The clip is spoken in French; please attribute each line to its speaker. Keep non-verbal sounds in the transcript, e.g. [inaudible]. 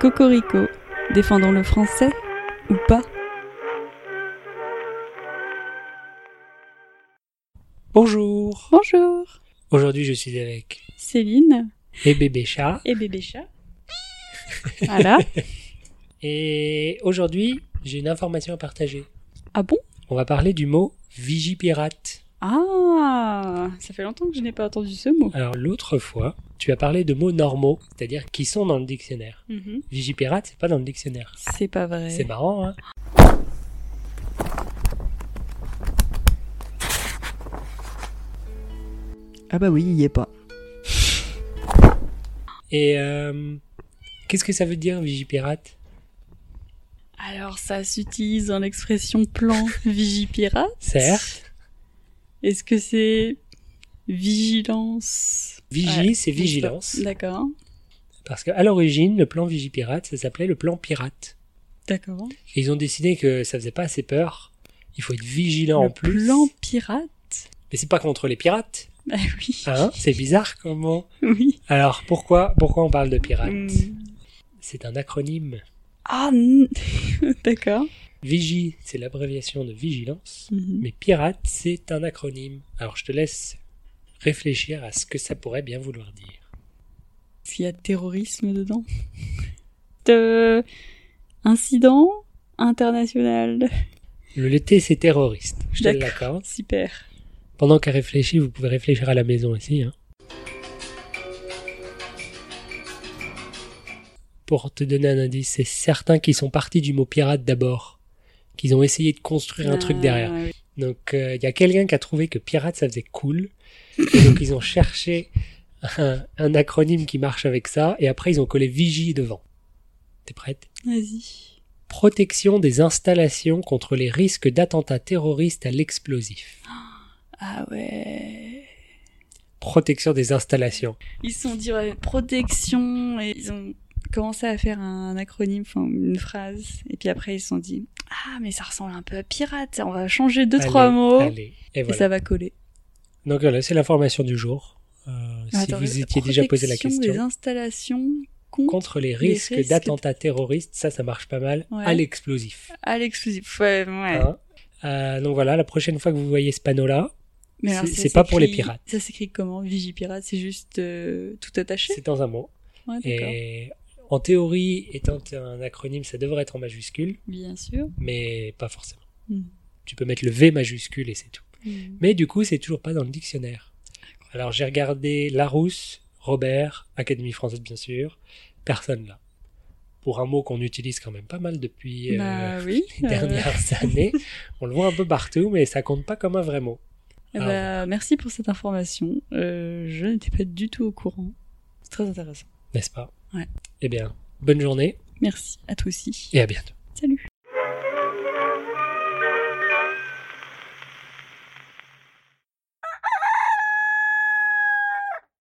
Speaker 1: Cocorico, défendons le français ou pas
Speaker 2: Bonjour
Speaker 1: Bonjour
Speaker 2: Aujourd'hui je suis avec
Speaker 1: Céline
Speaker 2: les bébés chats
Speaker 1: et bébé [laughs] chat. Voilà.
Speaker 2: et aujourd'hui j'ai une information à partager.
Speaker 1: Ah bon
Speaker 2: On va parler du mot vigipirate.
Speaker 1: Ah Ça fait longtemps que je n'ai pas entendu ce mot.
Speaker 2: Alors l'autre fois tu as parlé de mots normaux, c'est-à-dire qui sont dans le dictionnaire.
Speaker 1: Mhm.
Speaker 2: Vigipirate c'est pas dans le dictionnaire.
Speaker 1: C'est pas vrai.
Speaker 2: C'est marrant hein
Speaker 3: Ah bah oui, il y est pas.
Speaker 2: Et euh, qu'est-ce que ça veut dire vigipirate
Speaker 1: Alors ça s'utilise dans l'expression [laughs] plan vigipirate.
Speaker 2: Certes.
Speaker 1: Est-ce que c'est vigilance
Speaker 2: Vigie
Speaker 1: Ouais,
Speaker 2: c'est vigilance.
Speaker 1: D'accord.
Speaker 2: Parce qu'à l'origine le plan vigipirate ça s'appelait le plan pirate.
Speaker 1: D'accord.
Speaker 2: Et ils ont décidé que ça faisait pas assez peur. Il faut être vigilant en
Speaker 1: Le
Speaker 2: plus.
Speaker 1: plan pirate
Speaker 2: Mais c'est pas contre les pirates,
Speaker 1: Bah oui. [laughs]
Speaker 2: hein C'est bizarre comment.
Speaker 1: Oui.
Speaker 2: Alors pourquoi pourquoi on parle de pirates
Speaker 1: Hmm.
Speaker 2: C'est un acronyme.
Speaker 1: Ah, n- [laughs] d'accord.
Speaker 2: Vigie, c'est l'abréviation de vigilance,
Speaker 1: Mhm.
Speaker 2: mais pirate, c'est un acronyme. Alors je te laisse réfléchir à ce que ça pourrait bien vouloir dire.
Speaker 1: S'il y a terrorisme dedans. De... Incident international.
Speaker 2: Le T, c'est terroriste. Je te
Speaker 1: D'accord.
Speaker 2: l'accorde.
Speaker 1: Super.
Speaker 2: Pendant qu'elle réfléchit, vous pouvez réfléchir à la maison aussi. hein. Pour te donner un indice, c'est certains qui sont partis du mot pirate d'abord, qu'ils ont essayé de construire un truc
Speaker 1: Ah,
Speaker 2: derrière.
Speaker 1: oui.
Speaker 2: Donc euh, il y a quelqu'un qui a trouvé que pirate ça faisait cool, et donc ils ont cherché un, un acronyme qui marche avec ça, et après ils ont collé vigie devant. T'es prête
Speaker 1: Vas-y.
Speaker 2: Protection des installations contre les risques d'attentats terroristes à l'explosif.
Speaker 1: Ah ouais.
Speaker 2: Protection des installations.
Speaker 1: Ils se sont dit ouais, protection et ils ont commencé à faire un acronyme, enfin une phrase. Et puis après ils se sont dit ah mais ça ressemble un peu à pirate. On va changer deux
Speaker 2: Allez,
Speaker 1: trois mots
Speaker 2: allez. Et
Speaker 1: et
Speaker 2: voilà.
Speaker 1: ça va coller.
Speaker 2: Donc voilà, c'est l'information du jour. Euh, si
Speaker 1: Ah, Attends,
Speaker 2: vous étiez déjà posé la
Speaker 1: protection des
Speaker 2: question.
Speaker 1: installations contre,
Speaker 2: Contre les
Speaker 1: Les
Speaker 2: risques
Speaker 1: risques-
Speaker 2: d'attentats terroristes, ça, ça marche pas mal.
Speaker 1: Ouais.
Speaker 2: À l'explosif.
Speaker 1: à l'exclusif. Ouais, ouais.
Speaker 2: hein. Euh, donc voilà, la prochaine fois que vous voyez ce panneau-là,
Speaker 1: Mais alors,
Speaker 2: C'est-
Speaker 1: ça
Speaker 2: c'est pas pour les
Speaker 1: s'écrit-
Speaker 2: pirates.
Speaker 1: Ça s'écrit comment Vigipirate, c'est juste euh, tout attaché
Speaker 2: c'est dans un mot.
Speaker 1: Ouais, d'accord.
Speaker 2: Et en théorie, étant un acronyme, ça devrait être en majuscule,
Speaker 1: Bien sûr.
Speaker 2: mais pas forcément.
Speaker 1: Mm.
Speaker 2: Tu peux mettre le V majuscule et c'est tout.
Speaker 1: Mm.
Speaker 2: Mais du coup, c'est toujours pas dans le dictionnaire. Alors j'ai regardé Larousse, Robert, Académie française bien sûr, personne là. Pour un mot qu'on utilise quand même pas mal depuis euh,
Speaker 1: bah oui.
Speaker 2: [laughs] les
Speaker 1: euh,
Speaker 2: dernières
Speaker 1: [laughs]
Speaker 2: années, on le voit un peu partout, mais ça compte pas comme un vrai mot.
Speaker 1: eh
Speaker 2: Alors,
Speaker 1: bah, merci pour cette information. Euh, je n'étais pas du tout au courant. C'est très intéressant.
Speaker 2: n'est-ce pas
Speaker 1: Ouais.
Speaker 2: Eh bien, bonne journée
Speaker 1: Merci à toi aussi.
Speaker 2: et à bientôt.
Speaker 1: Salut.